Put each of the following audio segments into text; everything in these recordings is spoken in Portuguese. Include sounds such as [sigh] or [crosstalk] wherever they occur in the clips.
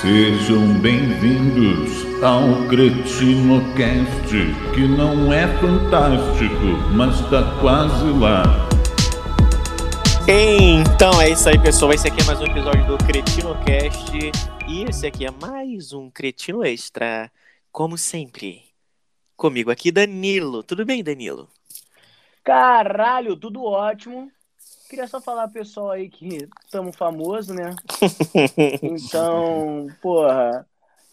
Sejam bem-vindos ao CretinoCast, que não é fantástico, mas tá quase lá. Então é isso aí, pessoal. Esse aqui é mais um episódio do CretinoCast. E esse aqui é mais um Cretino Extra. Como sempre, comigo aqui, Danilo. Tudo bem, Danilo? Caralho, tudo ótimo. Queria só falar pro pessoal aí que estamos famoso, né? Então, porra,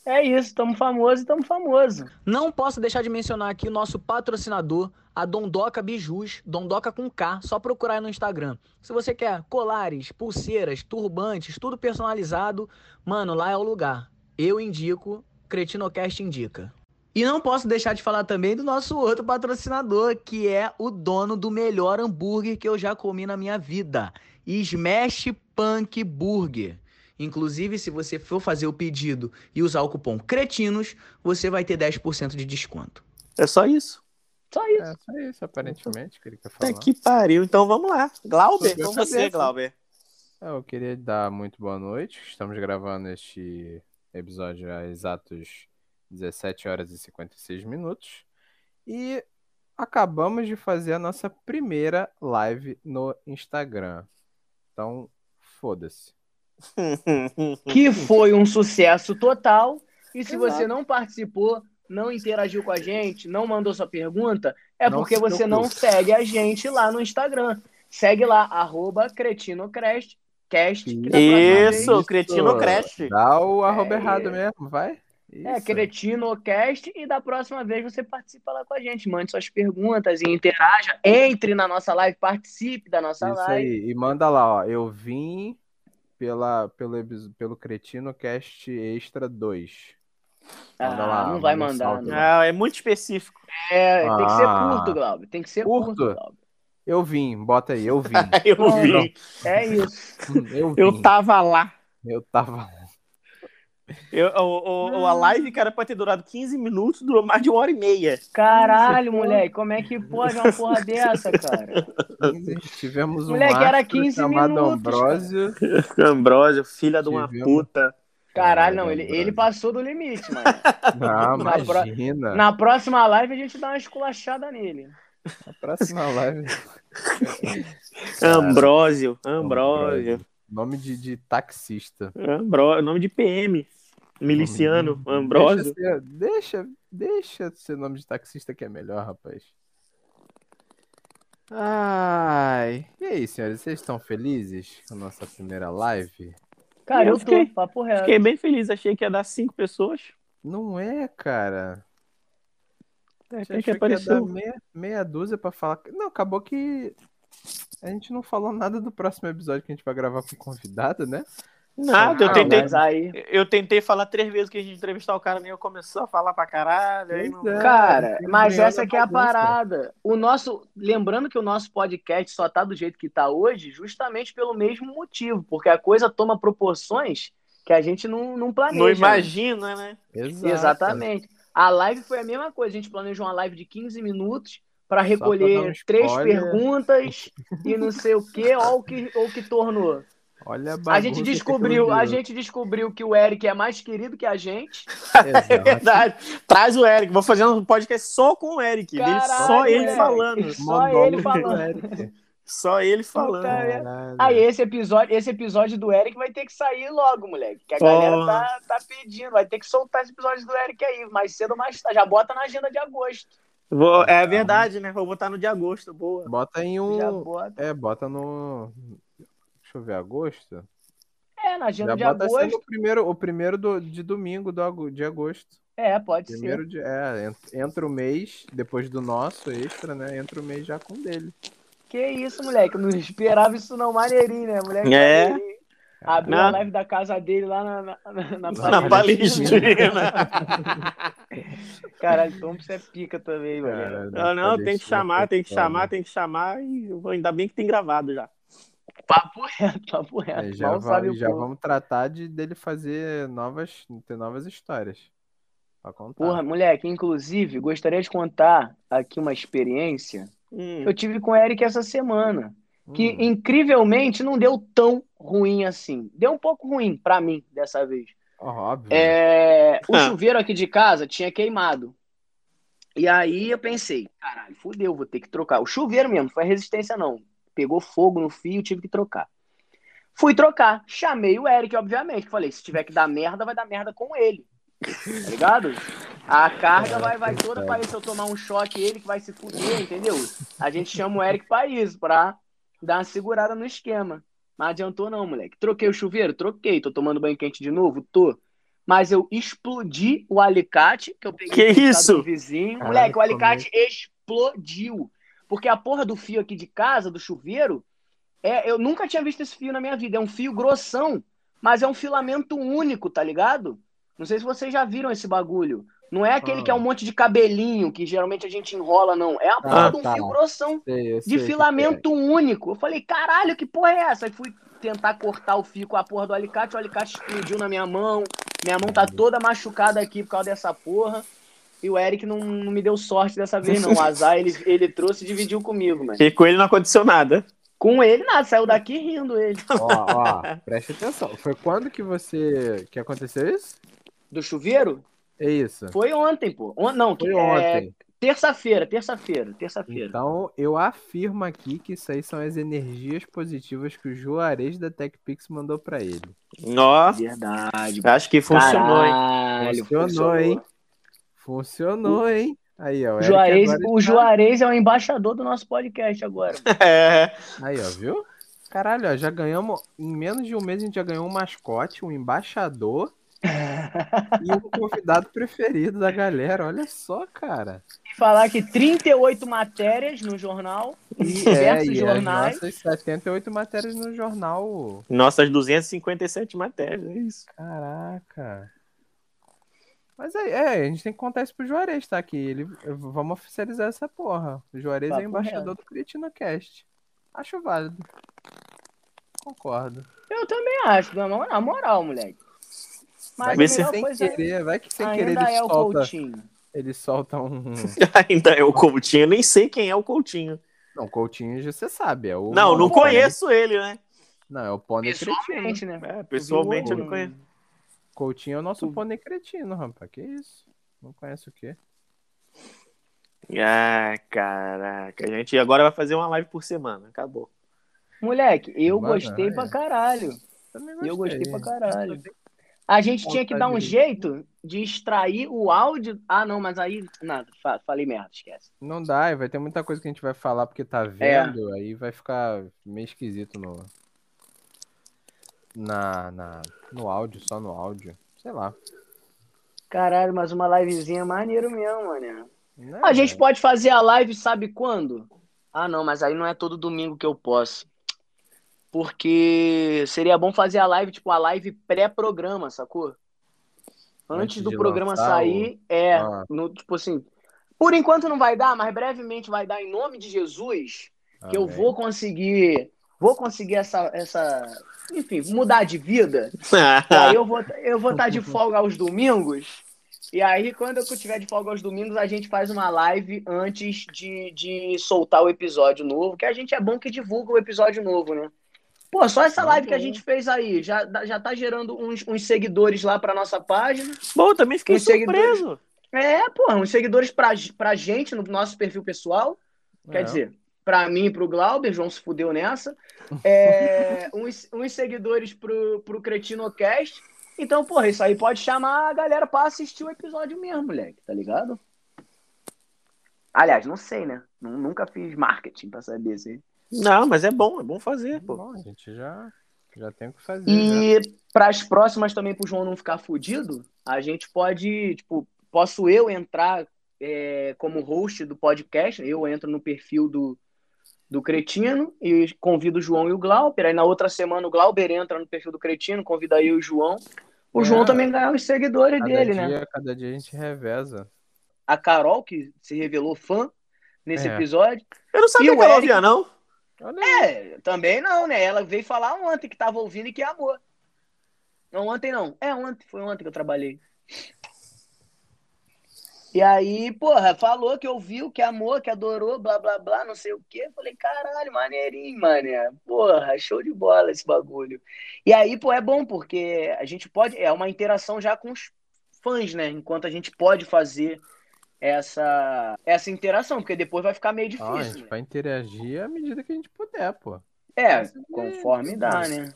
é isso, estamos famoso e estamos famoso. Não posso deixar de mencionar aqui o nosso patrocinador, a Dondoca Bijus, Dondoca com K, só procurar aí no Instagram. Se você quer colares, pulseiras, turbantes, tudo personalizado, mano, lá é o lugar. Eu indico, Cretinocast indica. E não posso deixar de falar também do nosso outro patrocinador, que é o dono do melhor hambúrguer que eu já comi na minha vida, Smash Punk Burger. Inclusive, se você for fazer o pedido e usar o cupom CRETINOS, você vai ter 10% de desconto. É só isso. Só isso. É, só isso, aparentemente, que ele quer Até falar. que pariu. Então vamos lá. Glauber, Subiu com a você, cabeça. [laughs] Glauber. É, Eu queria dar muito boa noite. Estamos gravando este episódio a exatos 17 horas e 56 minutos. E acabamos de fazer a nossa primeira live no Instagram. Então, foda-se. É, Que foi um sucesso total. E se Exato. você não participou, não interagiu com a gente, não mandou sua pergunta, é Não porque se você não preocupe. segue a gente lá no Instagram. Segue lá, arroba cretinocrest, cast, que da próxima vez Isso, Cretino Crash. é Dá o arroba É. errado mesmo, vai. É, Isso. CretinoCast, e da próxima vez você participa lá com a gente, mande suas perguntas e interaja, entre na nossa live, participe da nossa Isso live. aí. E manda lá, ó. Eu vim pela, pelo, episo- pelo Cretino Cast Extra 2. Ah, Manda lá, não vai manda um mandar, salve não. lá. Ah, é muito específico. É, tem que ser Ah. curto, Glauber, tem que ser curto, Curto? Glauber. Eu vim, bota [laughs] aí, eu vim. [laughs] Eu Pronto. vi. É isso. Eu vim. Eu tava lá. Eu tava. Eu, o, o- a live, cara, pode ter durado 15 minutos, durou mais de uma hora e meia. Caralho, moleque, como é que pode uma porra dessa, cara? 15, Tivemos um Moleque, era astro 15 chamado minutos, Ambrósio. Ambrósio, filha de uma Tivemos. puta. Caralho, não, ele, Caralho. ele passou do limite, mano. Não, Na pro- imagina. Na Na próxima live a gente dá uma esculachada nele. próxima live. Ah, Ambrósio, Ambrósio. Nome de, de taxista. Ambró... Nome de PM. Miliciano, Ambrósio. Deixa, ser- deixa, deixa ser nome de taxista que é melhor, rapaz. Ai. E aí, senhores, vocês estão felizes com a nossa primeira live? Cara, Eu eu, fiquei- tô, papo reto. Fiquei bem feliz, achei que ia dar cinco pessoas. Não é, cara. Até Achei que que ia apareceu. dar meia, meia dúzia pra falar. Não, acabou que a gente não falou nada do próximo episódio que a gente vai gravar com o convidado, né? Nada, eu Ah, tentei. mas aí... Eu tentei falar três vezes que a gente entrevistar o cara, nem eu começou a falar pra caralho. aí não- Pois é. Cara, tem mas ganhado essa a que é a bagunça. parada. O nosso, lembrando que o nosso podcast só tá do jeito que tá hoje, justamente pelo mesmo motivo, porque a coisa toma proporções que a gente não, não planeja. Não imagina, né? Exato. Exatamente. A live foi a mesma coisa, a gente planejou uma live de 15 minutos para pra dar recolher um três spoiler. perguntas e não sei o quê, ou o que, ou o que tornou. Olha a A bagunça gente que descobriu, a aquilo gente descobriu que o Eric é mais querido que a gente. deu. É Exato. verdade. Traz o Eric. Vou fazer um podcast só com o Eric. dele- só Caralho, ele Eric. falando. [laughs] Só um ele falando. Só ele falando. Puta, é. Caralho. Aí esse episódio, esse episódio do Eric vai ter que sair logo, moleque. Que a galera Oh. tá, tá pedindo. Vai ter que soltar esse episódio do Eric aí, mais cedo ou mais tarde. Já bota na agenda de agosto. Vou- é verdade, né? Vou botar no de agosto. Boa. Bota em Já um. bota. É, bota no. Deixa eu ver, agosto? É, na agenda Já de bota agosto. sendo o primeiro, o primeiro do, de domingo do, ago- de agosto. É, pode ser. Primeiro de. É, ent- entra o mês, depois do nosso extra, né? Entra o mês já com o dele. Que isso, moleque. Eu Não esperava isso não. Maneirinho, né, moleque? É. Maneirinho. Abriu a Não. live da casa dele lá na, na, na, na [laughs] Na né? Palestina. Caralho, então você é pica também, velho. Cara, Não, Ah, não, tem que Palestina chamar, foi tem que foda. chamar, tem que chamar. E eu vou- ainda bem que tem gravado já. Papo reto, papo reto. [laughs] Aí já Mal vai- sabe o já povo. vamos tratar de dele fazer novas, ter novas histórias pra contar. Porra, moleque, inclusive, gostaria de contar aqui uma experiência Hum. eu tive com o Eric essa semana, Hum, que incrivelmente não deu tão ruim assim. Deu um pouco ruim pra mim dessa vez, Óbvio. É, o Ah. chuveiro aqui de casa tinha queimado. E aí eu pensei, caralho, fudeu, vou ter que trocar. O chuveiro mesmo, foi resistência não. Pegou fogo no fio, tive que trocar. Fui trocar. Chamei o Eric, obviamente. Falei, se tiver que dar merda, vai dar merda com ele. Tá ligado? A carga vai, vai toda pra isso. Se eu tomar um choque, ele que vai se fuder, entendeu? A gente chama o Eric pra isso, pra dar uma segurada no esquema. Não adiantou não, moleque. Troquei o chuveiro? Troquei. Tô tomando banho quente de novo? Tô mas eu explodi o alicate que eu peguei Que emprestado isso? do vizinho. Caralho, Moleque, o como é alicate explodiu. Porque a porra do fio aqui de casa, do chuveiro, é, eu nunca tinha visto esse fio na minha vida. É um fio grossão, mas é um filamento único, tá ligado? Não sei se vocês já viram esse bagulho. Não é aquele Ah. que é um monte de cabelinho que geralmente a gente enrola, não. É a porra de um tá. fio grossão Sei, eu sei de o que que é. filamento único. Eu falei, caralho, que porra é essa? Aí fui tentar cortar o fio com a porra do alicate, o alicate explodiu na minha mão, minha mão tá toda machucada aqui por causa dessa porra. E o Eric não, não me deu sorte dessa vez, não. O azar ele, ele trouxe e dividiu comigo, mano. E com ele não aconteceu nada. Com ele, nada, saiu daqui rindo ele. Ó, ó, preste atenção. Foi quando que você. que aconteceu isso? Do chuveiro? É isso. Foi ontem, pô. On- não, Foi é, ontem. terça-feira, terça-feira, terça-feira. Então, eu afirmo aqui que isso aí são as energias positivas que o Juarez da TechPix mandou pra ele. Ó, Verdade. acho que funcionou, hein? Caralho, Então, Funcionou, hein? Funcionou, hein? Aí, ó. O Eric Juarez, agora tá- o está- Juarez é o embaixador do nosso podcast agora. É. Aí, ó, viu? Caralho, ó, já ganhamos. Em menos de um mês a gente já ganhou um mascote, [laughs] um embaixador e o convidado preferido da galera. Olha só, cara. falar que 38 matérias no jornal, em [laughs] É, diversos e as jornais. nossas 78 matérias no jornal. Nossas 257 matérias, é isso. [laughs] Caraca. Mas é, é, a gente tem que contar isso pro Juarez, tá? Que ele, vamos oficializar essa porra. O Juarez é Papo embaixador do CretinoCast. Acho válido. Concordo. Eu também acho, na mo- na moral, moleque. vai Mas que Vê a se- melhor sem coisa querer, vai que sem querer ainda ele é o solta, Coutinho. ele [laughs] solta um... Ainda é o Coutinho, eu nem sei quem é o Coutinho. Não, Coutinho já você sabe, é o... Não, não o pônei- conheço ele, né? Não, é o pônei cretino. Pessoalmente, né? É, pessoalmente eu não conheço. Coutinho é o nosso pônei cretino, rapaz. Que isso? Não conhece o quê? Ah, caraca. A gente agora vai fazer uma live por semana. Acabou. [laughs] Moleque, eu Bora, gostei é. pra caralho. Também Eu gostei pra caralho. A gente tinha que dar um Vontade. jeito de extrair o áudio. Ah, não, mas aí. Nada, fa- falei merda, esquece. Não dá, e vai ter muita coisa que a gente vai falar porque É. tá vendo, aí vai ficar meio esquisito no. Na, na, no áudio, só no áudio. Sei lá. Caralho, mas uma livezinha é maneiro mesmo, É. mano. Né, A gente velho? pode fazer a live, sabe quando? Ah, não, mas aí não é todo domingo que eu posso. Porque seria bom fazer a live, tipo, a live pré-programa, sacou? Antes Antes do de programa lançar sair, é, Ah. no, tipo assim. Por enquanto não vai dar, mas brevemente vai dar em nome de Jesus, que eu Amém. vou conseguir, vou conseguir essa, essa, enfim, mudar de vida. E aí eu vou eu vou estar de folga aos domingos. E aí, quando eu tiver de folga aos domingos, a gente faz uma live antes de, de soltar o episódio novo, que a gente é bom que divulga o episódio novo, né? Pô, só essa live que a gente fez aí já, dá- já tá gerando uns, uns seguidores lá pra nossa página. Bom, eu também fiquei Os seguidores- surpreso. É, pô, uns seguidores pra, pra gente, no nosso perfil pessoal. Quer É. dizer, pra mim e pro Glauber, João se fudeu nessa. É, uns, uns seguidores pro, pro Cretinocast. Então, porra, isso aí pode chamar a galera pra assistir o episódio mesmo, moleque, tá ligado? Aliás, não sei, né? Nu- Nunca fiz marketing pra saber se. Não, mas é bom, é bom fazer, pô. Bom, a gente já, já tem o que fazer. né? E pras próximas também, pro João não ficar fudido, a gente pode, tipo, posso eu entrar é, como host do podcast, né? eu entro no perfil do, do Cretino e convido o João e o Glauber. Aí na outra semana o Glauber entra no perfil do Cretino, convida eu e o João. O É. João também ganha os seguidores Cada dele, né? dia, cada dia a gente reveza. A Carol, que se revelou fã nesse É. episódio. Eu não sabia E o que ela Eric? ouvia, não. Olha É, também não, né? Ela veio falar ontem que tava ouvindo e que é amou. Não, ontem não. É ontem, foi ontem que eu trabalhei. E aí, porra, falou que ouviu, que amou, que adorou, blá blá blá, não sei o quê. Falei, caralho, maneirinho, mané. Porra, show de bola esse bagulho. E aí, pô, é bom, porque a gente pode. É uma interação já com os fãs, né? Enquanto a gente pode fazer essa, essa interação, porque depois vai ficar meio Ó, Ah, a difícil. gente né? vai interagir à medida que a gente puder, pô. É, né? conforme dá, né?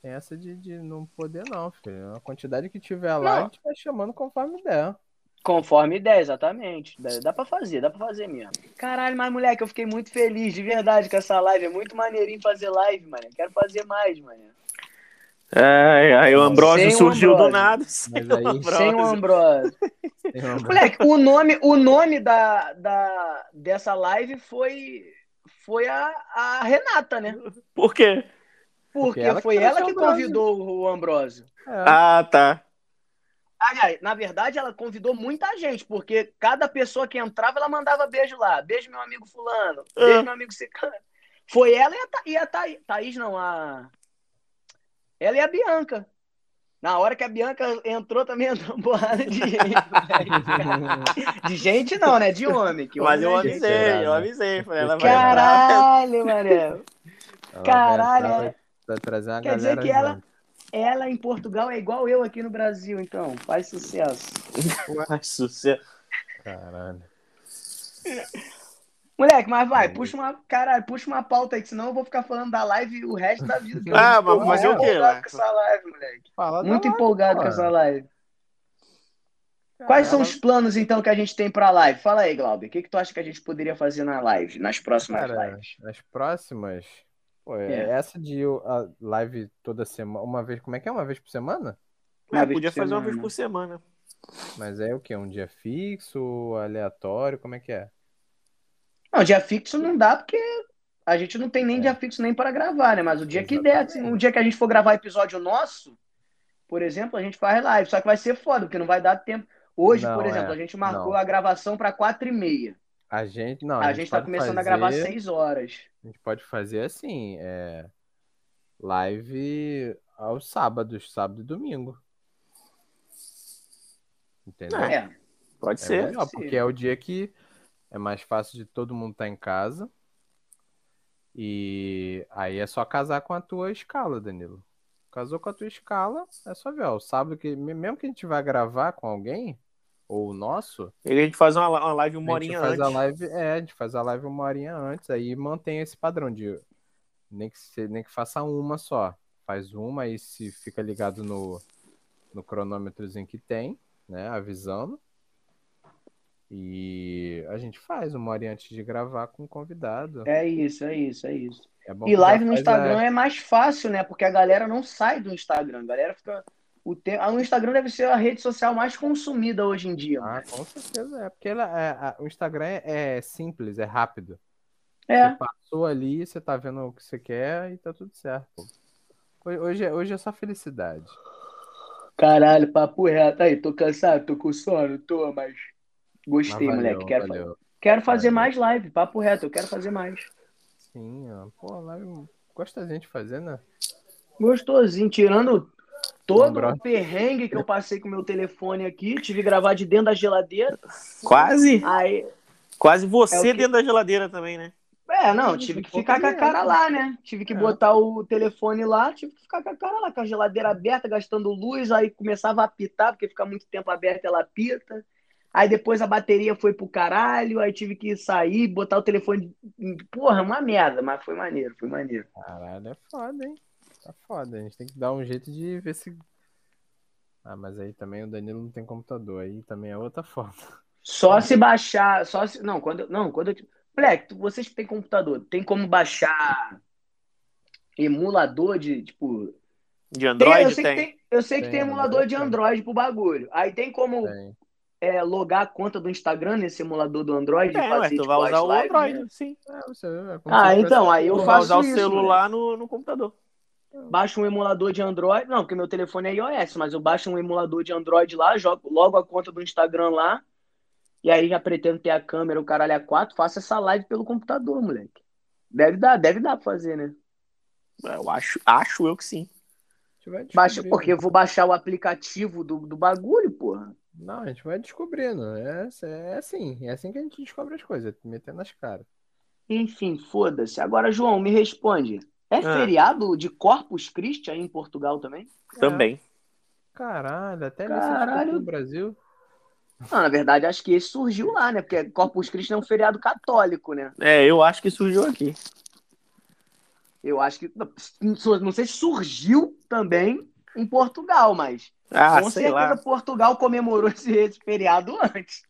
Tem essa de, de não poder, não, filho. A quantidade que tiver lá, a gente vai chamando [laughs] conforme der. Conforme ideia, exatamente. Dá, dá pra fazer, dá pra fazer mesmo. Caralho, mas moleque, eu fiquei muito feliz, de verdade, com essa live. É muito maneirinho fazer live, mano. Quero fazer mais, mano. Ai, ai, É, o Ambrósio Sem o surgiu do Ambrósio. nada. Sem Mas o aí- Ambrósio. Sem o Ambrose. Tem uma- [laughs] Moleque, o nome, o nome da, da, dessa live foi, foi a, a Renata, né? Por quê? Porque ela que foi ela trouxe que o Ambrosio. convidou o Ambrosio. [laughs] É, Ah, tá. Aliás, na verdade, ela convidou muita gente, porque cada pessoa que entrava, ela mandava beijo lá. Beijo, meu amigo fulano. Beijo, Ah. meu amigo Cicano. Foi ela e a, Tha- e a Thaís. Thaís, não, a. Ela e a Bianca. Na hora que a Bianca entrou, também entrou uma porrada de Ah. [laughs] gente. de gente não, né? De [laughs] homem. Que Mas eu homem é avisei, gente. avisei, eu eu avisei. Falei, ela vai entrar. Caralho, Maria. ela vai caralho, entrar, é. vai- vai trazer uma Quer dizer galera que ela- junto. Ela em Portugal é igual eu aqui no Brasil, então. Faz sucesso. [laughs] Ai, sucesso. Caralho. Moleque, mas vai, Aí. puxa uma. Caralho, puxa uma pauta aí, que senão eu vou ficar falando da live o resto da vida. [laughs] Ah, mas Eu tô fazer o muito quê, é, empolgado né? com essa live, moleque. Fala da Muito live, empolgado pô. com essa live. Quais são Cara, os planos, então, que a gente tem pra live? Fala aí, Glauber. O que, que tu acha que a gente poderia fazer na live, nas próximas Cara, lives? as próximas. Pô, é É. Essa de eu- a live toda semana. Uma vez. Como é que é? Uma vez por semana? Uma Ah, vez podia por fazer uma semana. vez por semana. Mas é o quê? Um dia fixo, aleatório? Como é que é? Não, dia fixo não dá, porque a gente não tem nem É. dia fixo nem pra gravar, né? Mas o dia que der, Exatamente. assim, o dia que a gente for gravar episódio nosso, por exemplo, a gente faz live. Só que vai ser foda, porque não vai dar tempo. Hoje, Não, por exemplo, é. a gente marcou Não. a gravação pra quatro e meia. A gente. Não, A, gente, tá pode começando a fazer- gravar seis horas. A gente pode fazer assim, é, live aos sábados, sábado e domingo. Entendeu? É, É, É. Pode ser. melhor, sim. porque é o dia que é mais fácil de todo mundo estar em casa. E aí é só casar com a tua escala, Danilo. Casou com a tua escala, é só ver. Ó, o sábado que mesmo que a gente vá gravar com alguém ou o nosso, E a gente faz uma, uma live uma a gente horinha faz antes. a live, é, a gente faz a live uma horinha antes, aí mantém esse padrão de nem que se- nem que faça uma só, faz uma e se fica ligado no no cronômetrozinho que tem, né, avisando. E a gente faz uma horinha antes de gravar com o convidado. É isso, é isso, é isso. É bom E que já live no faz a- Instagram é mais fácil, né? Porque a galera não sai do Instagram. A galera fica. O, te... ah, o Instagram deve ser a rede social mais consumida hoje em dia. Ah, com certeza é, porque ela, é- a- o Instagram é, é simples, é rápido. é. Você passou ali, você tá vendo o que você quer e tá tudo certo. Ho- Hoje, é- hoje é só felicidade. Caralho, papo reto. Aí, tô cansado, tô com sono, tô, mas. Mas Gostei, valeu, moleque. Quero, fa- valeu. quero fazer Valeu. mais live, papo reto, eu quero fazer mais. Sim, ó. Pô, live gosta da gente fazer, né? Gostosinho, tirando todo Lembrando- o perrengue que eu passei com o meu telefone aqui, tive que gravar de dentro da geladeira. Quase. Aí, Quase É o você quê? dentro da geladeira também, né? É, não, tive que ficar com a cara lá, né? Tive que É. botar o telefone lá, tive que ficar com a cara lá, com a geladeira aberta, gastando luz, aí começava a apitar, porque fica muito tempo aberta ela apita. Aí depois a bateria foi pro caralho, aí tive que sair, botar o telefone. Porra, uma merda, mas foi maneiro, foi maneiro. Caralho, é foda, hein? Tá foda. A gente tem que dar um jeito de ver se. Ah, mas aí também o Danilo não tem computador. Aí também é outra forma. Só se baixar, só se. Não, quando. Não, quando eu. Moleque, tu- vocês que têm computador, tem como baixar emulador de, tipo. De Tem, eu Android sei tem. que tem, eu sei que tem Tem, emulador Android de tem. Android pro bagulho. Aí tem como Tem. é, logar a conta do Instagram nesse simulador do Android e É, fazer ué, tu tipo, vai as usar o lives, Android, né? sim. É, você- é como se Ah, tivesse- então, aí eu Tu vai faço usar o isso, celular no, no computador. Baixo um emulador de Android. Não, porque meu telefone é iOS, mas eu baixo um emulador de Android lá, jogo logo a conta do Instagram lá. E aí já pretendo ter a câmera, o caralho a quatro, faço essa live pelo computador, moleque. Deve dar, deve dar pra fazer, né? Eu É, acho, acho eu que sim. Deixa gente vai Baixa, um descobrindo. porque eu vou baixar o aplicativo do, do bagulho, porra. Não, a gente vai descobrindo. É, é assim. É assim que a gente descobre as coisas, metendo as caras. Enfim, foda-se. Agora, João, me responde. É Ah. feriado de Corpus Christi aí em Portugal também? Também. É, Caralho, até Caralho. Caralho. no Brasil. Não, na verdade, acho que esse surgiu lá, né? Porque Corpus Christi é um feriado católico, né? É, eu acho que surgiu aqui. Eu acho que. Não sei se surgiu também em Portugal, mas. Ah, com sei certeza lá. Portugal comemorou esse, esse feriado antes.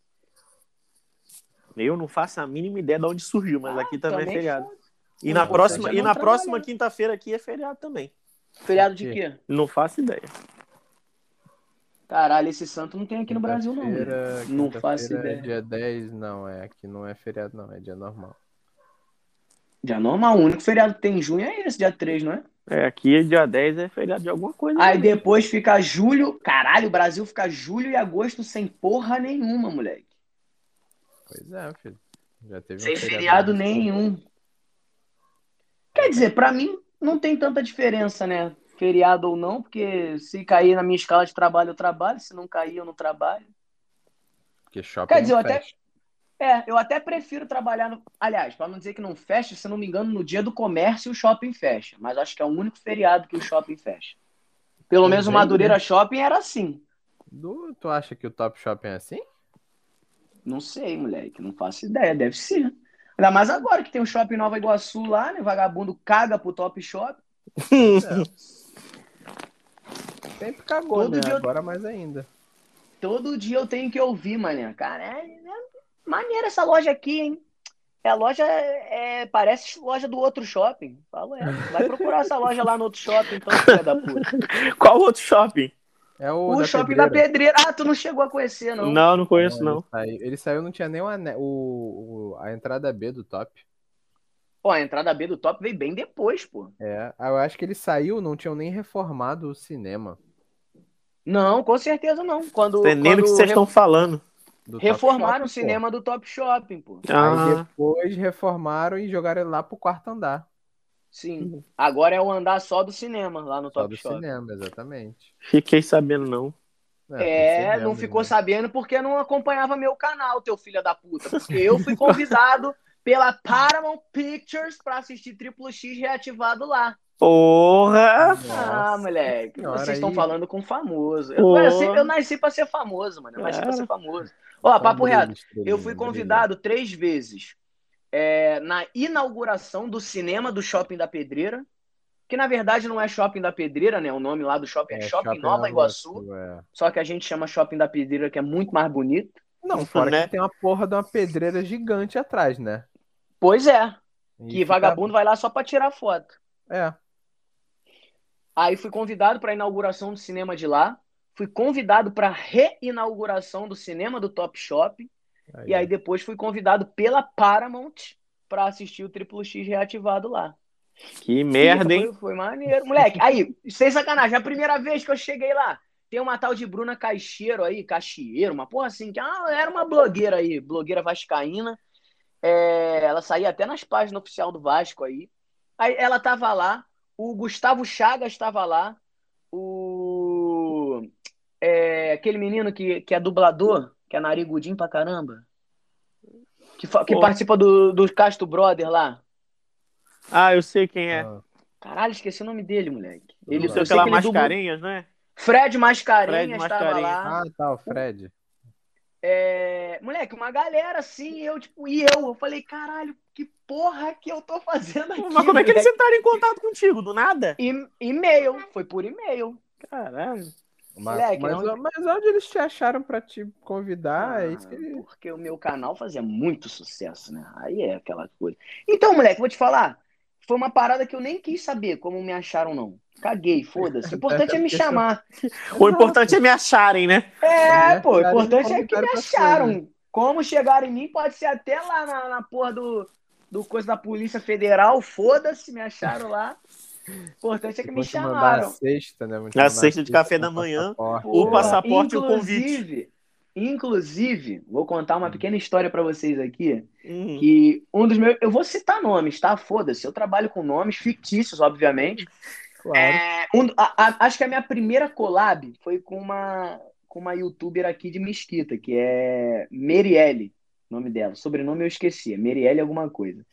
Eu não faço a mínima ideia de onde surgiu, mas Ah, aqui também, é feriado. foi. E na Não, próxima, você e já na não próxima trabalha. né? quinta-feira aqui é feriado também. Feriado de quê? Não faço ideia. Caralho, esse santo não tem aqui no Brasil, não. né? Quinta-feira- Não faço quinta-feira é ideia. Dia 10, não, é aqui não é feriado, não, é dia normal. Dia normal, o único feriado que tem em junho é esse, dia 3, não é? É, aqui dia 10 é feriado de alguma coisa. Aí né? depois fica julho. Caralho, o Brasil fica julho e agosto sem porra nenhuma, moleque. Pois é, filho. Já teve um Sem feriado nenhum. Quer dizer, pra mim não tem tanta diferença, né? Feriado ou não, porque se cair na minha escala de trabalho, eu trabalho. Se não cair, eu não trabalho. Porque shopping Quer dizer, eu não até- fecha. É, eu até prefiro trabalhar no. Aliás, pra não dizer que não fecha, se eu não me engano, no dia do comércio o shopping fecha. Mas acho que é o único feriado que o shopping fecha. Pelo menos o Também, Madureira Shopping era assim. Du, tu acha que o Top Shopping é assim? Não sei, moleque. Não faço ideia. Deve ser. Ainda mais agora que tem o shopping Nova Iguaçu lá, né? Vagabundo caga pro Top Shop. Sempre cagou, Todo né? dia eu- Agora mais ainda. Todo dia eu tenho que ouvir, mané. Caralho, né? maneira essa loja aqui, hein? É a loja, é, parece loja do outro shopping. Falo, é. Vai procurar essa loja lá no outro shopping, então, filha da puta. Qual outro shopping? É o, O da shopping pedreira. da pedreira. Ah, tu não chegou a conhecer, não. Não, não, conheço, não. Ele saiu, ele saiu, não tinha nem o ane- o- o- a entrada é B do Top. Pô, a entrada B do top veio bem depois, pô. É, eu acho que ele saiu, não tinham nem reformado o cinema. Não, com certeza não. Quando, Não sei nem do quando que vocês re- estão falando. Do Top reformaram o Shopping, pô. cinema do top shopping, pô. Aí Ah, depois reformaram e jogaram ele lá pro quarto andar. Sim. Agora é o andar só do cinema lá no Uhum. Só Top do Shop. cinema, exatamente. fiquei sabendo, não. tem É, cinema, não ficou né? sabendo porque não acompanhava meu canal, teu filho da puta. Porque eu fui convidado [laughs] pela Paramount Pictures pra assistir Triplo X reativado lá. Porra! Nossa. ah, moleque, senhora, vocês estão aí. falando com famoso. Eu, Pô. eu nasci, eu nasci pra ser famoso, mano. Eu nasci pra Cara. ser famoso. Ó, papo Brilho, reto. estrelinha, Eu fui brilho. convidado três vezes. É, na inauguração do cinema do Shopping da Pedreira, que na verdade não é Shopping da Pedreira, né? O nome lá do shopping é, Shopping, Nova, Iguaçu, é. só que a gente chama Shopping da Pedreira, que é muito mais bonito. Não, fora Né? que tem uma porra de uma pedreira gigante atrás, né? Pois é, E que fica- vagabundo vai lá só pra tirar foto. É. Aí fui convidado pra inauguração do cinema de lá, fui convidado pra reinauguração do cinema do Top Shop, e aí depois fui convidado pela Paramount pra assistir o Triplo X reativado lá. Que merda, hein? Foi, foi maneiro. Moleque, aí, sem sacanagem, é a primeira vez que eu cheguei lá, tem uma tal de Bruna Caixeiro aí, Caixeiro, uma porra assim, que ela era uma blogueira aí, blogueira vascaína. É, ela saía até nas páginas oficial do Vasco aí. Aí ela tava lá, o Gustavo Chagas tava lá, o... é, aquele menino que, que é dublador, que é narigudinho pra caramba, que, fa- que Pô. participa do, do Castro Brother lá. Ah, eu sei quem é. Ah, Caralho, esqueci o nome dele, moleque. Tudo Ele bem. eu Foi sei que pela ele é dublou- Mascarenhas, né? Fred Mascarenhas Fred estava Mascarenhas. lá. Ah, tá, o Fred. É, Moleque, uma galera assim, eu, tipo, e eu. Eu falei, caralho, que porra que eu tô fazendo aqui? Mas como é que eles moleque? entraram em contato contigo? Do nada? E- E-mail, foi por e-mail. Caralho. Mas, Moleque, mas, não- mas onde eles te acharam pra te convidar? é isso que ele... Ah, Porque o meu canal fazia muito sucesso, né? Aí é aquela coisa. Então, moleque, vou te falar. Foi uma parada que eu nem quis saber como me acharam, não. Caguei, foda-se. O importante é me chamar. O importante é me acharem, né? É, Me pô, o acharam importante e é que me convidaram pra acharam. Como chegaram em mim, pode ser até lá na, na porra do, do coisa da Polícia Federal, foda-se, me acharam lá. O importante é que me Vão te mandar na chamaram. sexta, né? Vão te Na mandar sexta de café da com manhã, passaporte, o é. passaporte. e o inclusive, inclusive, vou contar uma pequena história pra vocês aqui, Hum. que um dos meus, eu vou citar nomes, tá? Foda-se, eu trabalho com nomes fictícios, obviamente. Claro. Um- a- a- acho que a minha primeira collab foi com uma, com uma youtuber aqui de Mesquita, que é Merielle, o nome dela. O sobrenome eu esqueci, é Merielle alguma coisa.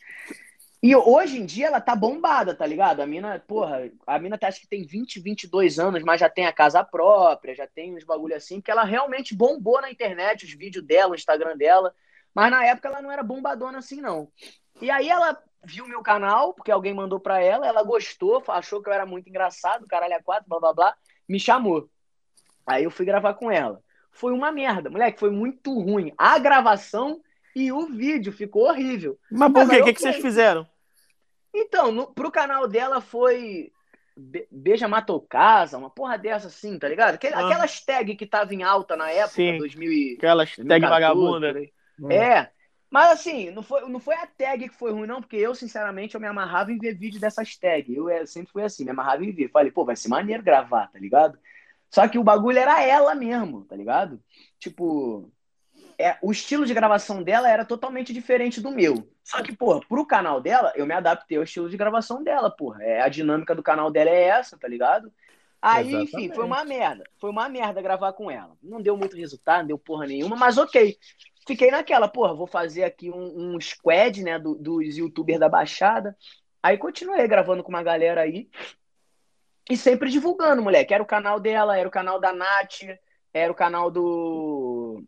E hoje em dia ela tá bombada, tá ligado? A mina, porra, a mina tá, acho que tem 20, 22 anos, mas já tem a casa própria, já tem uns bagulho assim, que ela realmente bombou na internet, os vídeos dela, o Instagram dela. Mas na época ela não era bombadona assim, não. E aí ela viu meu canal, porque alguém mandou pra ela, ela gostou, achou que eu era muito engraçado, caralho a quatro, blá blá blá, me chamou. Aí eu fui gravar com ela. Foi uma merda, moleque, foi muito ruim. A gravação e o vídeo ficou horrível. Mas por Mas quê? eu O que, que vocês sei. fizeram? Então, no, pro canal dela foi Be Beija Matou Casa, uma porra dessa assim, tá ligado? Aquela, Ah. Aquelas tag que tava em alta na época, Sim. 2000 e... Aquelas tag 2014, vagabunda. por aí. Hum, É. Mas assim, não foi, não foi a tag que foi ruim, não, porque eu, sinceramente, eu me amarrava em ver vídeo dessas tags. Eu eh, sempre fui assim, me amarrava em ver. Falei, pô, vai ser maneiro gravar, tá ligado? Só que o bagulho era ela mesmo, tá ligado? Tipo, é, o estilo de gravação dela era totalmente diferente do meu. Só que, porra, pro canal dela, eu me adaptei ao estilo de gravação dela, porra. É, a dinâmica do canal dela é essa, tá ligado? Aí, enfim, foi uma merda. Foi uma merda gravar com ela. Não deu muito resultado, não deu porra nenhuma, mas ok fiquei naquela, porra, vou fazer aqui um, um squad, né, do- dos youtubers da Baixada. Aí continuei gravando com uma galera aí e sempre divulgando, moleque. Era o canal dela, era o canal da Nath, era o canal do.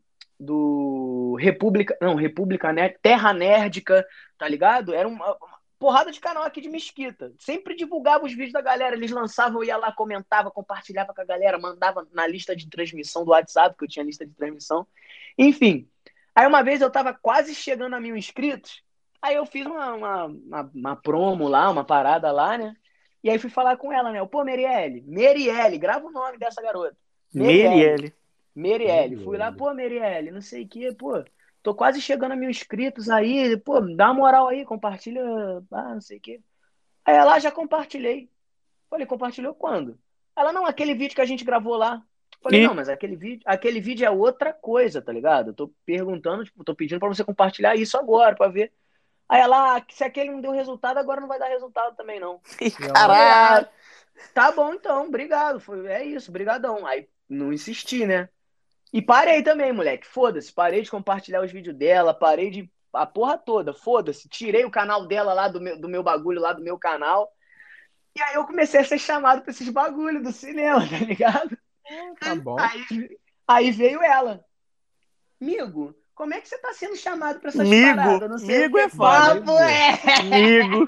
do República. Não, República Nerd, Terra Nerdica, tá ligado? Era uma. uma Porrada de canal aqui de Mesquita. Sempre divulgava os vídeos da galera. Eles lançavam, eu ia lá, comentava, compartilhava com a galera, mandava na lista de transmissão do WhatsApp, que eu tinha lista de transmissão. Enfim, Aí uma vez eu tava quase chegando a mil inscritos, aí eu fiz uma, uma, uma, uma promo lá, uma parada lá, né? E aí fui falar com ela, né? Eu, Pô, Merielle, Merielle, grava o nome dessa garota. Merielle. Merielle. Fui lá, pô, Merielle, não sei o que, pô. Tô quase chegando a mil inscritos aí, pô, dá uma moral aí, compartilha, ah, não sei o que. Aí ela "Ah, já compartilhei. Falei, compartilhou quando? Ela, não, aquele vídeo que a gente gravou lá. Falei, E? não, mas aquele vídeo, aquele vídeo é outra coisa, tá ligado? Eu tô perguntando, tipo, tô pedindo pra você compartilhar isso agora, pra ver. Aí ela, "Ah, se aquele não deu resultado, agora não vai dar resultado também, não. Caralho. [laughs] Tá bom então, obrigado. Foi, é isso, brigadão. Aí não insisti, né? E parei também, moleque. Foda-se, parei de compartilhar os vídeos dela, parei de. A porra toda, foda-se. Tirei o canal dela lá do meu, do meu bagulho, lá do meu canal. E aí eu comecei a ser chamado pra esses bagulhos do cinema, [laughs] tá ligado? Tá bom. Aí, aí veio ela. Migo, como é que você tá sendo chamado pra essas Migo, paradas? Não sei migo o quê. é foda. Papo é. Amigo.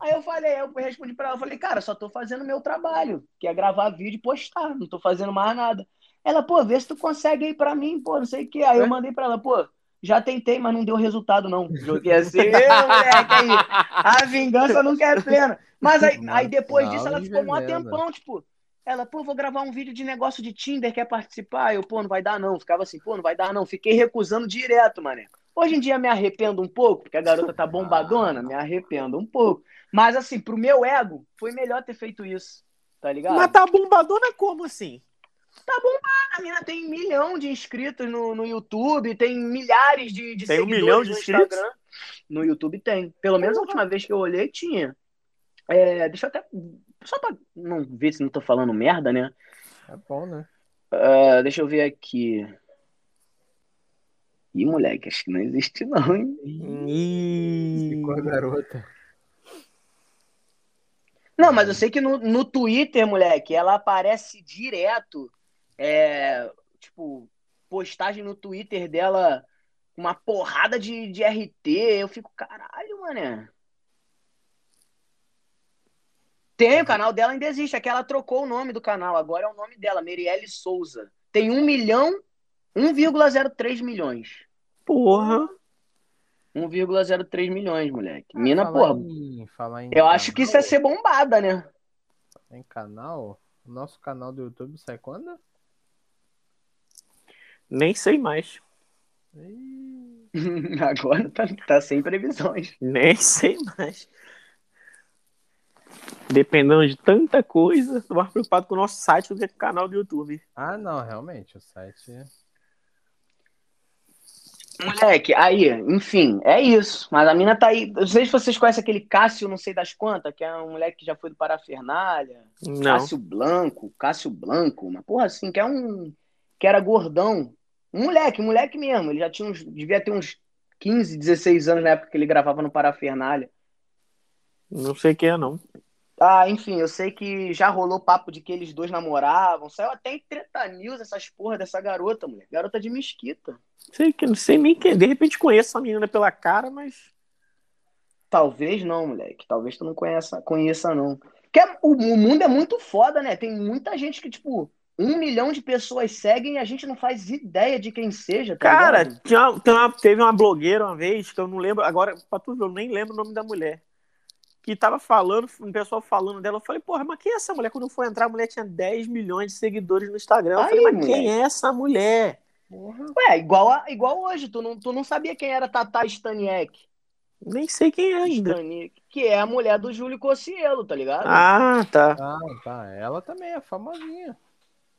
Aí eu falei, eu respondi pra ela, eu falei, cara, só tô fazendo meu trabalho, que é gravar vídeo e postar, não tô fazendo mais nada. Ela, pô, vê se tu consegue aí pra mim, pô, não sei o quê. Aí eu mandei pra ela, pô, já tentei, mas não deu resultado, não. Joguei assim, eu, moleque, aí, a vingança nunca é plena. Mas aí, aí depois Não, disso ela ficou um envenena. tempão, tipo, ela, pô, vou gravar um vídeo de negócio de Tinder, quer participar? Eu, pô, não vai dar não. Ficava assim, pô, não vai dar não. Fiquei recusando direto, mané. Hoje em dia me arrependo um pouco, porque a garota tá bombadona, me arrependo um pouco. Mas assim, pro meu ego, foi melhor ter feito isso, tá ligado? Tá Mas tá bombadona como assim? A mina tem milhão de inscritos no, no YouTube, tem milhares de, de Tem um seguidores milhão de no inscritos? Instagram. No YouTube tem. Pelo menos a última vez que eu olhei, tinha. É, deixa eu até. Só pra não ver se não tô falando merda, né? É bom, né? Ah, deixa eu ver aqui. Ih, moleque, acho que não existe, não, hein? Ficou a garota. Não, mas eu sei que no, no Twitter, moleque, ela aparece direto. É, tipo, postagem no Twitter dela com uma porrada de, de RT. Eu fico, caralho, mané. Tem, o canal dela ainda existe. É que ela trocou o nome do canal. Agora é o nome dela, Merielle Souza. Tem 1 milhão, 1,03 milhões. Porra. 1,03 milhões, Ah, moleque. Mina, Falar porra. em- falar em Eu acho que isso é canal- ser bombada, né? Em canal? O nosso canal do YouTube sai quando? Nem sei mais. Ih, [laughs] Agora tá, tá sem previsões. Nem [laughs] sei mais. Dependendo de tanta coisa, tô mais preocupado com o nosso site do que com o canal do YouTube. Ah, não, realmente, o site. Moleque, aí, enfim, é isso. Mas a mina tá aí. Não sei se vocês conhecem aquele Cássio, não sei das quantas, que é um moleque que já foi do Parafernália. Não. Cássio Blanco, Cássio Blanco, uma porra assim, que é um. que era gordão. Um moleque, um moleque mesmo. Ele já tinha uns. devia ter uns 15, 16 anos na época que ele gravava no Parafernália. Não sei quem é, não. Ah, enfim, eu sei que já rolou papo de que eles dois namoravam. Saiu até em treta news essas porra dessa garota, mulher. Garota de mesquita. Sei que não sei nem quem. é. De repente conheço a menina pela cara, mas. Talvez não, moleque. Talvez tu não conheça, conheça não. Porque é- o, o mundo é muito foda, né? Tem muita gente que, tipo, um milhão de pessoas seguem e a gente não faz ideia de quem seja, tá Cara, ligado? tinha uma- tem uma- teve uma blogueira uma vez que eu não lembro. Agora, pra tu ver, eu nem lembro o nome da mulher. Que tava falando, o pessoal falando dela. Eu falei, porra, mas quem é essa mulher? Quando eu fui entrar, a mulher tinha 10 milhões de seguidores no Instagram. Eu Aí, falei, mas quem é moleque. essa mulher? Ué, igual, a- igual hoje. Tu não, tu não sabia quem era Tata Staniek. Nem sei quem é ainda. Staniek, que é a mulher do Júlio Cossielo, tá ligado? Ah, tá. Ah, tá. Ela também é famosinha.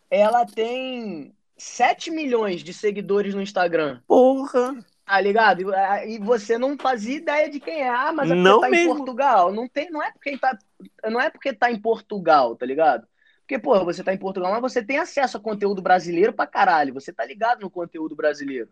Ela tem 7 milhões de seguidores no Instagram. Porra. Tá ligado? E, ah, E você não fazia ideia de quem é, ah, mas é porque Não tá mesmo. em Portugal. Não, tem, não, é porque tá, não é porque tá em Portugal, tá ligado? Porque, pô, você tá em Portugal, mas você tem acesso a conteúdo brasileiro pra caralho. Você tá ligado no conteúdo brasileiro.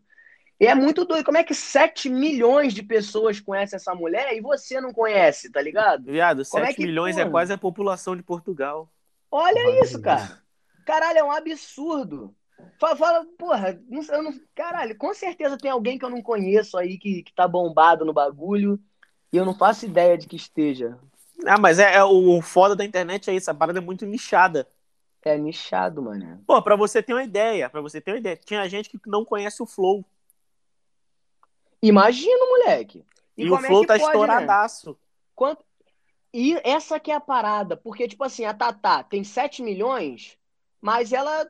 E é muito doido. Como é que 7 milhões de pessoas conhecem essa mulher e você não conhece, tá ligado? Viado, Como é 7 que milhões pode? é quase a população de Portugal. Olha Olha isso, cara. Caralho, é um absurdo. Fa- Fala, porra, não, sei, eu não- caralho, com certeza tem alguém que eu não conheço aí que, que tá bombado no bagulho e eu não faço ideia de que esteja. Ah, mas é, é o o foda da internet é isso, a parada é muito nichada. É nichado, mano. Pô, pra você ter uma ideia, pra você ter uma ideia, tinha gente que não conhece o Flow. Imagina, moleque. E, o como é Flow que tá pode, né? estouradaço. Quanto- E essa que é a parada, porque, tipo assim, a Tatá tem 7 milhões, mas ela,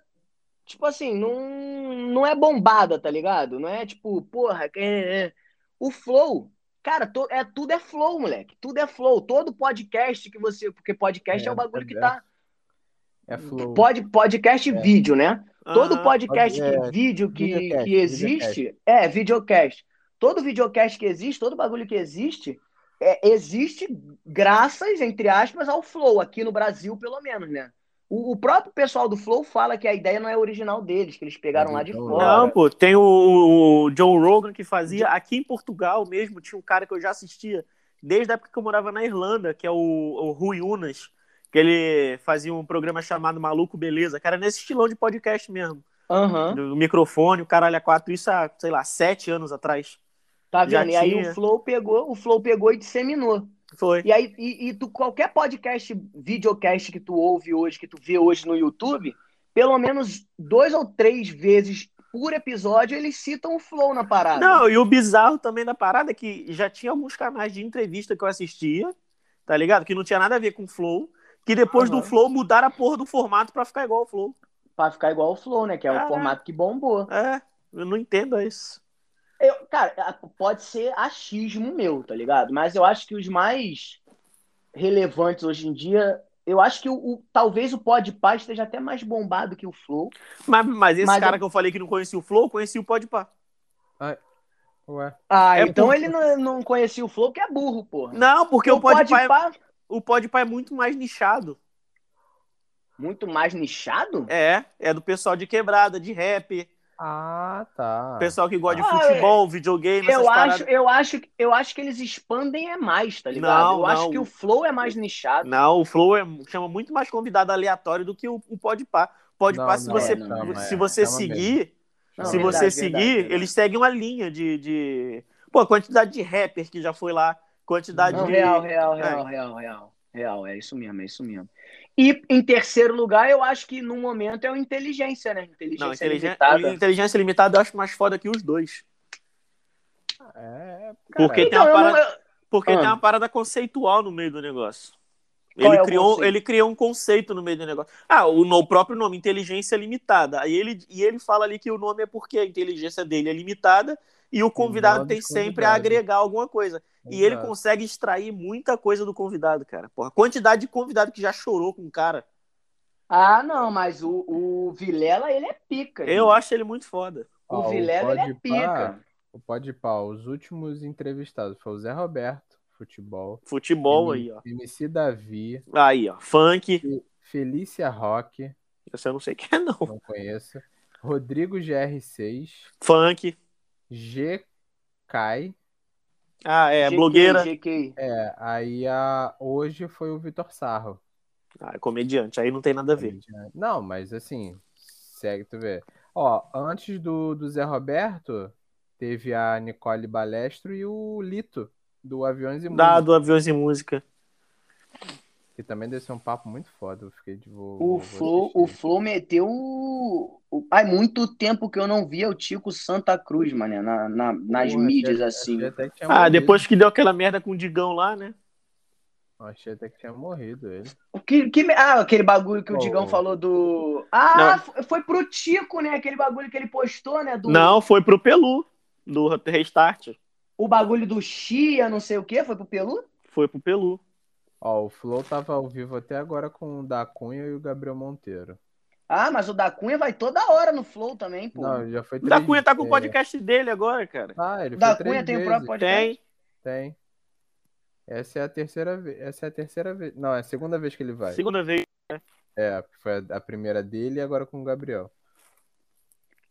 tipo assim, não, não é bombada, tá ligado? Não é tipo, porra, que- é, é. o Flow, cara, to- é, tudo é Flow, moleque, tudo é Flow, todo podcast que você, porque podcast é, É, o bagulho que é. tá, É flow. É. pod, podcast e vídeo, né? Todo Aham. podcast, pode- que- vídeo que, É, videocast, que existe, é videocast. Todo videocast que existe, todo bagulho que existe, é, existe graças, entre aspas, ao Flow, aqui no Brasil, pelo menos, né? O, o próprio pessoal do Flow fala que a ideia não é original deles, que eles pegaram lá de Não, fora. Não, pô, tem o, o Joe Rogan que fazia. Aqui em Portugal mesmo, tinha um cara que eu já assistia desde a época que eu morava na Irlanda, que é o, o Rui Unas, que ele fazia um programa chamado Maluco Beleza, cara, nesse estilão de podcast mesmo. Aham. do microfone, o caralho a quatro, isso há, sei lá, sete anos atrás. Tá Já vendo? E aí tinha. o Flow pegou, o Flow pegou e disseminou. Foi. E aí, e, e tu, qualquer podcast, videocast que tu ouve hoje, que tu vê hoje no YouTube, pelo menos dois ou três vezes por episódio, eles citam o flow na parada. Não, e o bizarro também da parada é que já tinha alguns canais de entrevista que eu assistia, tá ligado? Que não tinha nada a ver com o Flow, que depois Aham. do Flow mudaram a porra do formato pra ficar igual ao Flow. Pra ficar igual o flow, né? Que é um Caraca. formato que bombou. É, eu não entendo isso. Eu, cara, a- pode ser achismo meu, tá ligado? Mas eu acho que os mais relevantes hoje em dia. Eu acho que o, o- talvez o Podpah esteja até mais bombado que o Flow. Mas, mas esse Mas cara eu- que eu falei que não conhecia o Flow, conhecia o Podpah. Ué. Ah, É então por- ele não, não conhecia o Flow porque é burro, porra. Não, porque o O Podpah Podpah é, o Podpah é muito mais nichado. é muito mais nichado? É, é do pessoal de quebrada, de rap, Ah, tá. pessoal que gosta de Ah, futebol, videogame, essas Eu paradas. acho, eu, acho, eu acho que eles expandem é mais, tá ligado? Não, eu não. acho que o flow é mais nichado. Não, o Flow é- chama muito mais convidado aleatório do que o, o Podpah. Podpah, Não, se não, você, é, não, se é. você Chama seguir, Não, se é você verdade, seguir, verdade, verdade. eles seguem uma linha de, de- Pô, a quantidade de rapper que já foi lá, quantidade Não, de... real, real, É. real, real, real. Real, é isso mesmo, é isso mesmo. E em terceiro lugar, eu acho que no momento é o inteligência, né? Inteligência, Não, inteligência limitada. limitada. inteligência limitada eu acho mais foda que os dois. É, cara, Porque tem Então, uma eu parada, não- eu- porque Ah. tem uma parada conceitual no meio do negócio. Qual Ele, é o criou, conceito? ele criou um conceito no meio do negócio. Ah, o, no- o próprio nome, inteligência limitada. Aí ele, e ele fala ali que o nome é porque a inteligência dele é limitada e o convidado nome tem de sempre a convidado. agregar alguma coisa. E ele exato. consegue extrair muita coisa do convidado, cara. Porra, quantidade de convidado que já chorou com o cara. Ah, não, mas o, o Vilela, ele é pica. Eu gente. acho ele muito foda. Ó, O Vilela, ele é Podpah- pica. O O Pode Pau, os últimos entrevistados foi o Zé Roberto, futebol. Futebol M- aí, ó. MC Davi, Aí, ó. Funk. Felícia Roque, Esse eu não sei quem é, não. não conheço. Rodrigo GR6, Funk. G. Kai. Ah, é. GK, blogueira. GK. É, aí a... hoje foi o Vitor Sarro. Ah, é comediante. Aí não tem nada a ver. né? Não, mas assim, segue tu vê. Ó, antes do, do Zé Roberto, teve a Nicole Balestro e o Lito, do Aviões e Música, Dado aviões e música. que também deve ser um papo muito foda. Eu fiquei de vou, O vou Flow, assistir. o Flow meteu. o- o- Há muito tempo que eu não via o Tico Santa Cruz, mané, na, na- nas Porra, mídias achei- assim. achei até que tinha Ah, morrido. depois que deu aquela merda com o Digão lá, né? Achei até que tinha morrido ele. O Que, que- ah, aquele bagulho que o Oh. Digão falou do. Ah, Não. f- foi pro Tico, né? Aquele bagulho que ele postou, né? Do, Não, foi pro Pelu. Do Restart. O bagulho do Chia, não sei o quê, foi pro Pelu? Foi pro Pelu. Ó, o Flow tava ao vivo até agora com o da Cunha e o Gabriel Monteiro. Ah, mas o da Cunha vai toda hora no Flow também, pô. Não, já foi O da três Cunha tá com o é, podcast dele agora, cara. Ah, ele o da foi três Cunha tem o vezes. próprio podcast. Tem. Tem. Essa é a terceira vez. Essa é a terceira vez. Não, é a segunda vez que ele vai. Segunda vez. É, foi a- a primeira dele e agora com o Gabriel.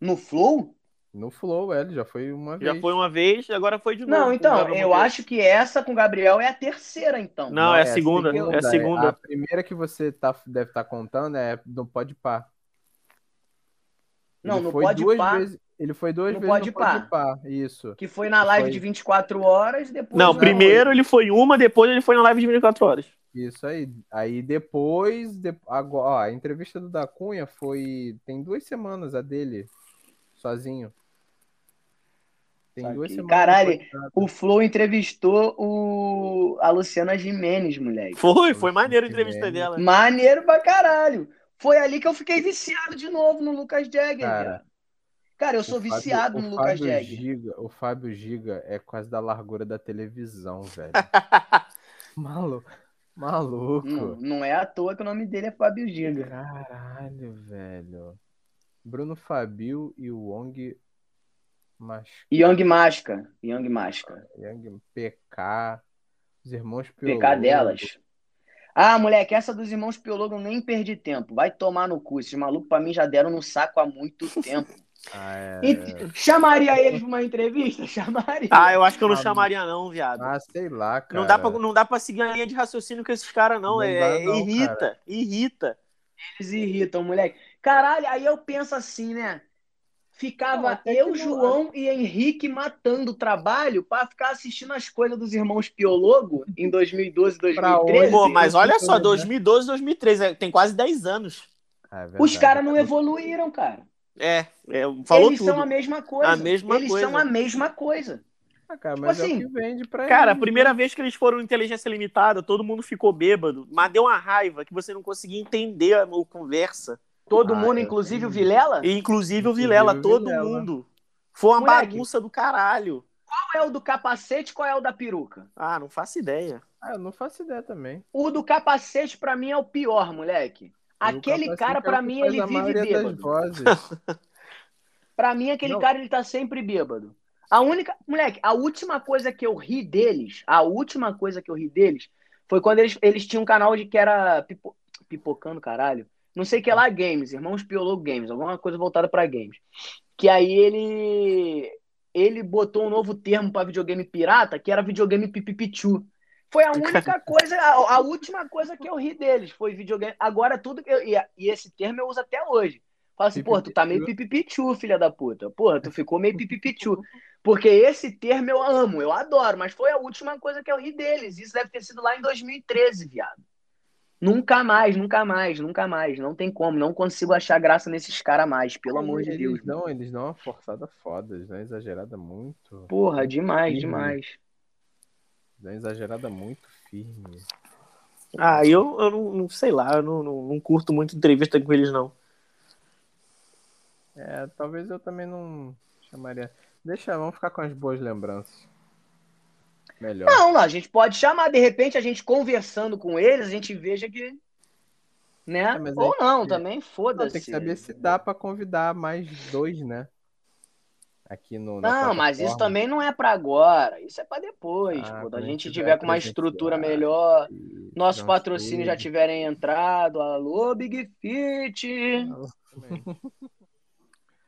No Flow? No Flow, é, ele já foi uma Já vez. foi um- uma vez, agora foi de novo. Não, com o então, Gabriel eu Monteiro. acho que essa com o Gabriel é a terceira, então. Não, é a segunda, é a segunda. A primeira que você tá, deve estar contando é no Pode Par. Não, ele no foi Pode duas Pá. vezes. Ele foi duas No vezes Pode no Pode Par. Isso. Que foi na live Foi. de 24 horas, depois. Não, na primeiro ele foi uma, depois ele foi na live de 24 horas. Isso aí. Aí depois, de- agora, ó, a entrevista do da Cunha foi tem duas semanas a dele sozinho. Tem Saquei. duas semanas. Caralho, depois da- O Flow entrevistou o... a Luciana Jimenez, moleque. Foi, foi maneiro a que entrevista merda. dela. Maneiro pra caralho. Foi ali que eu fiquei viciado de novo no Lucas Jagger. Cara, Cara, cara eu O sou Fábio- viciado o no Lucas Fábio Jagger. Giga, o Fábio Giga é quase da largura da [laughs] televisão, velho. Malu, maluco. Não, não é à toa que o nome dele é Fábio Giga. Caralho, velho. Bruno Fabio e o Wong Mas... Young Masca. Young Ah, Masca. Yang- PK. Os irmãos PK Piologo. delas. Ah, moleque, essa dos irmãos Piologo eu nem perdi tempo. Vai tomar no cu. Esses malucos pra mim já deram no saco há [laughs] muito tempo. Ah, é. E- chamaria eles pra uma entrevista? [laughs] Chamaria. Ah, eu acho que eu não Ah, chamaria, não, viado. Ah, sei lá, cara. não, dá pra, não dá pra seguir a linha de raciocínio com esses caras, não. Não é, dá, não, irrita, irrita. Eles irritam, moleque. Caralho, aí eu penso assim, né? Não, Ficava até que eu, não- João e Henrique matando o trabalho pra ficar assistindo as coisas dos irmãos Piologo em 2012, Pra 2013. Pô, hoje, mas eu olha tô só, vendo, né? 2012, 2013, é, tem quase 10 anos. Ah, é Os verdade. caras não evoluíram, cara. É, é, falou Eles tudo. são a mesma coisa. A mesma Eles coisa. são a mesma coisa. Ah, cara, mas é assim, o que vende pra Cara, a eles, né? primeira vez que eles foram em inteligência limitada, todo mundo ficou bêbado, mas deu uma raiva que você não conseguia entender a a conversa. Todo Ah, mundo, eu inclusive o entendi. Vilela. E, inclusive o Inclusive, Vilela, o todo Vilela. mundo. Foi uma Moleque. bagunça do caralho. Qual é o do capacete, qual é o da peruca? Ah, não faço ideia. Ah, eu não faço ideia também. O do capacete, pra mim, é o pior, moleque. Aquele é cara, pra mim, ele vive bêbado. Pra mim, aquele Não. cara, ele tá sempre bêbado. A única. Moleque, a última coisa que eu ri deles, a última coisa que eu ri deles foi quando eles, eles tinham um canal de que era pipo- pipocando, caralho. Não sei o que é lá, games, irmãos Piologo Games, alguma coisa voltada pra games. Que aí ele. Ele botou um novo termo pra videogame pirata, que era videogame pipipichu. Foi a única coisa, a, a última coisa que eu ri deles, foi videogame. Agora tudo que eu, e, e esse termo eu uso até hoje. Fala assim, pô, tu tá meio pipipichu, filha da puta. Porra, tu ficou meio pipipichu. Porque esse termo eu amo, eu adoro, mas foi a última coisa que eu ri deles. Isso deve ter sido lá em 2013, viado. Nunca mais, nunca mais, nunca mais. Não tem como, não consigo achar graça nesses caras mais, pelo amor de Deus. Eles não, eles dão uma forçada foda, eles dão uma exagerada muito. Porra, demais, Uhum. demais. Dão uma exagerada muito firme. Ah, eu, eu não, não sei lá, eu não, não, não curto muito entrevista com eles, não. É, talvez eu também não chamaria. Deixa, vamos ficar com as boas lembranças. Melhor. Não, não, a gente pode chamar, de repente, a gente conversando com eles, a gente veja que. Né? É, mas Ou não, é- também, Não, tem foda-se. que saber se dá pra convidar mais dois, né? aqui no. na Não, mas isso plataforma. também não é pra agora. Isso é pra depois. Ah, quando a quando gente tiver tiver com uma presencial. estrutura melhor, E nossos tiver um patrocínios é já estúdio. tiverem entrado. Alô, Big Fit! [laughs]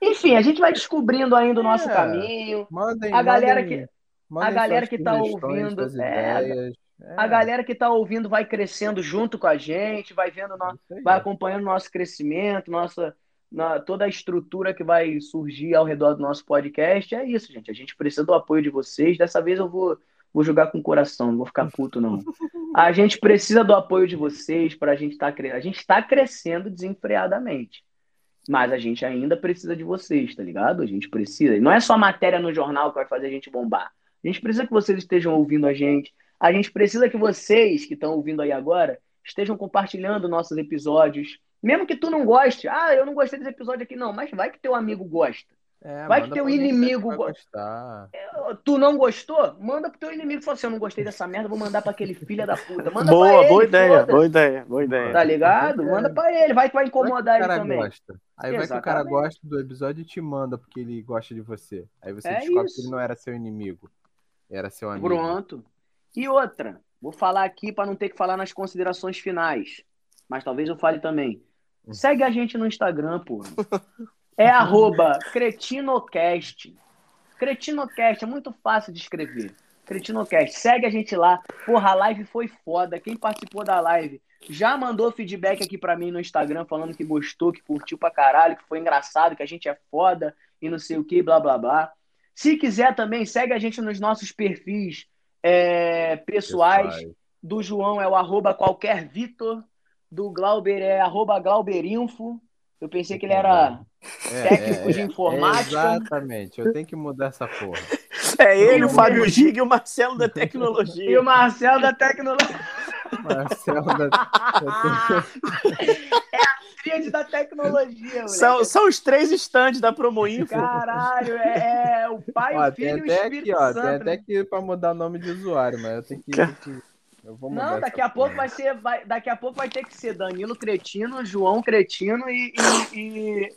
Enfim, a gente vai descobrindo ainda o nosso É. caminho. Mandem, A galera mandem- que- mandem a galera suas que tá sugestões, ouvindo, suas é, ideias. É, A galera que tá ouvindo vai crescendo junto com a gente, vai vendo, no- É, isso aí. vai acompanhando o nosso crescimento, nossa, na- toda a estrutura que vai surgir ao redor do nosso podcast. É isso, gente. A gente precisa do apoio de vocês. Dessa vez eu vou, vou jogar com o coração, não vou ficar puto, não. [laughs] A gente precisa do apoio de vocês para a gente estar crescendo. A gente está crescendo desenfreadamente. Mas a gente ainda precisa de vocês, tá ligado? A gente precisa. E não é só matéria no jornal que vai fazer a gente bombar. A gente precisa que vocês estejam ouvindo a gente. A gente precisa que vocês que estão ouvindo aí agora estejam compartilhando nossos episódios. Mesmo que tu não goste. Ah, eu não gostei desse episódio aqui, não. Mas vai que teu amigo gosta. É, vai que manda teu pra alguém que inimigo vai go- gostar. Tu não gostou? Manda pro teu inimigo. Fala assim, eu não gostei dessa merda, vou mandar pra aquele filho da puta. Manda pra Boa, ele, boa ideia, foda-se. boa ideia, boa ideia. Tá ligado? Manda pra ele, vai que vai Vai é que o incomodar ele cara também. gosta. Aí vai que o cara Exatamente. gosta do episódio e te manda porque ele gosta de você. Aí você É descobre isso. que ele não era seu inimigo. Era seu amigo. Pronto. E outra, vou falar aqui pra não ter que falar nas considerações finais, mas talvez eu fale também. Segue a gente no Instagram, pô. É arroba cretinocast. Cretinocast é muito fácil de escrever. Cretinocast, segue a gente lá. Porra, a live foi foda. Quem participou da live já mandou feedback aqui pra mim no Instagram falando que gostou, que curtiu pra caralho, que foi engraçado, que a gente é foda e não sei o que, blá blá blá. Se quiser também, segue a gente nos nossos perfis é, pessoais. Do João é o arroba qualquer Vitor. Do Glauber é arroba Glauberinfo. Eu pensei que ele era [laughs] É, técnico é, de é. informática. Exatamente. Eu tenho que mudar essa porra. É ele, o Fábio Giga e o Marcelo da Tecnologia. e o Marcelo da Tecnologia. Marcelo [laughs] da... Tríade da Tecnologia, moleque. São, são os três estandes da Promoinfo. Caralho, é, é o pai, Ó, o tem filho e o até Espírito aqui, ó. Santo. né? Tem até que pra mudar o nome de usuário, mas eu tenho que. Cara. tenho que- Eu vou mudar Não, essa daqui a pouco porra. vai ser. vai- daqui a pouco vai ter que ser Danilo Cretino, João Cretino e, e, e,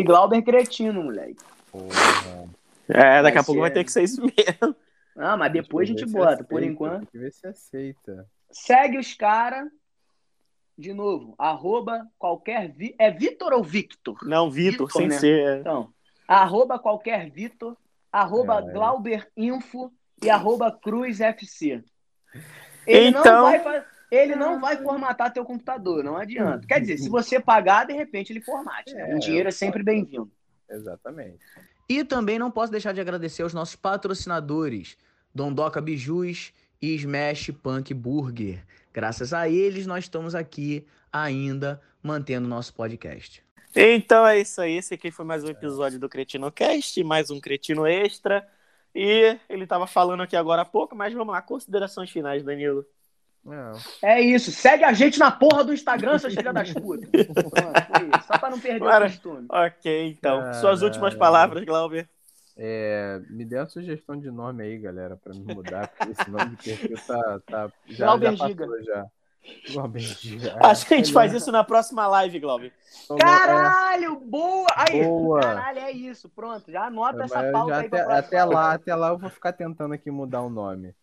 e Glauber Cretino, moleque. Porra. É, daqui Vai a pouco vai ser. ter que ser isso mesmo. Ah, mas depois a Tem que gente ver se bota. Por aceita, enquanto. Tem que ver se aceita. Segue os caras. De novo, arroba qualquer. Vi... É Vitor ou Victor? Não, Vitor, Vitor, sem né? ser. é. Então, arroba qualquer Vitor, arroba É. Glauberinfo e arroba CruzFC. Ele não Então- vai fa- Ele não vai formatar teu computador, não adianta. Quer [laughs] dizer, se você pagar, de repente ele formate. né? É, Um dinheiro é sempre bem-vindo. Exatamente. E também não posso deixar de agradecer aos nossos patrocinadores, Dondoca Bijus e Smash Punk Burger. Graças a eles, nós estamos aqui ainda mantendo nosso podcast. Então é isso aí. Esse aqui foi mais um episódio do CretinoCast, mais um Cretino Extra. E ele tava falando aqui agora há pouco, mas vamos lá, considerações finais, Danilo. Não. É isso. Segue a gente na porra do Instagram, seu filho das [laughs] putas. Pronto, foi isso. Só pra não perder Claro. o costume. Ok, então. Ah, Suas últimas não. palavras, Glauber. É, me dê uma sugestão de nome aí, galera, pra me mudar, porque esse nome de perfil tá. tá já, Glauber já passou Giga. já. é, Glauber Giga. A gente faz isso na próxima live, Glauber. Então, Caralho, boa! Aí, Boa. caralho, é isso. Pronto, já é, anota mas essa eu pauta já aí até, pra até lá, até lá eu vou ficar tentando aqui mudar o nome.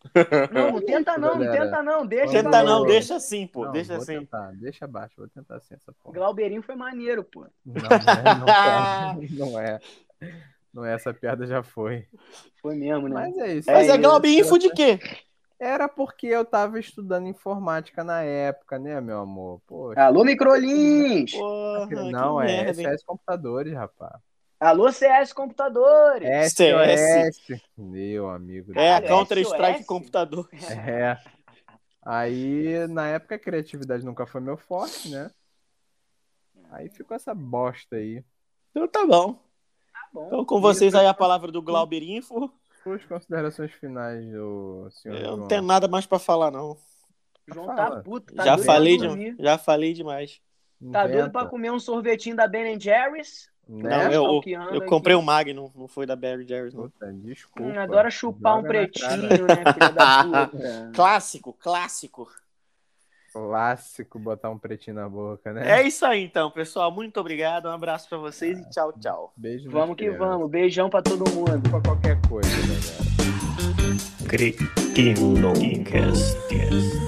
Não, não tenta não, não Galera. tenta não. Deixa Vamos Tenta lá. pra não, lá. deixa assim, pô. Não, deixa vou assim. tentar, deixa abaixo, vou tentar assim essa porra. Glauberinho foi maneiro, pô. Não, [laughs] não, é, não é. Não é, essa piada já foi. Foi mesmo, né? Mas é isso. Mas aí, é Glauber essa- Info de quê? Era porque eu tava estudando informática na época, né, meu amor? Poxa. Alô, Microlins! Porra, não, que é merda, hein? SS Computadores, rapaz. Alô, CS É, Computadores! SOS. Meu amigo. do É, a céu. Counter Strike SOS? computador. É. Aí, na época, a criatividade nunca foi meu forte, né? Aí ficou essa bosta aí. Então tá bom. Tá bom. Então com vocês aí a palavra do Glauber Info. Suas considerações finais, do senhor Eu João. não tenho nada mais pra falar não. João tá Fala. puto, tá já doido falei pra de, dormir. já falei demais. Tá Inventa, doido pra comer um sorvetinho da Ben Jerry's? né? Não, eu- Stalkeando Eu aqui. comprei um- o Magnum, não foi da Barry Jerry's não. Puta, desculpa. Hum, adora chupar um Joga na cara. [laughs] pretinho, né, filha da puta? Clássico, clássico. Clássico botar um pretinho na boca, né? É isso aí então, pessoal. Muito obrigado, um abraço pra vocês e tchau, tchau. Beijo. nas Vamos que crianças. vamos. Beijão pra todo mundo. Pra né? qualquer coisa, galera. Cretino Cast.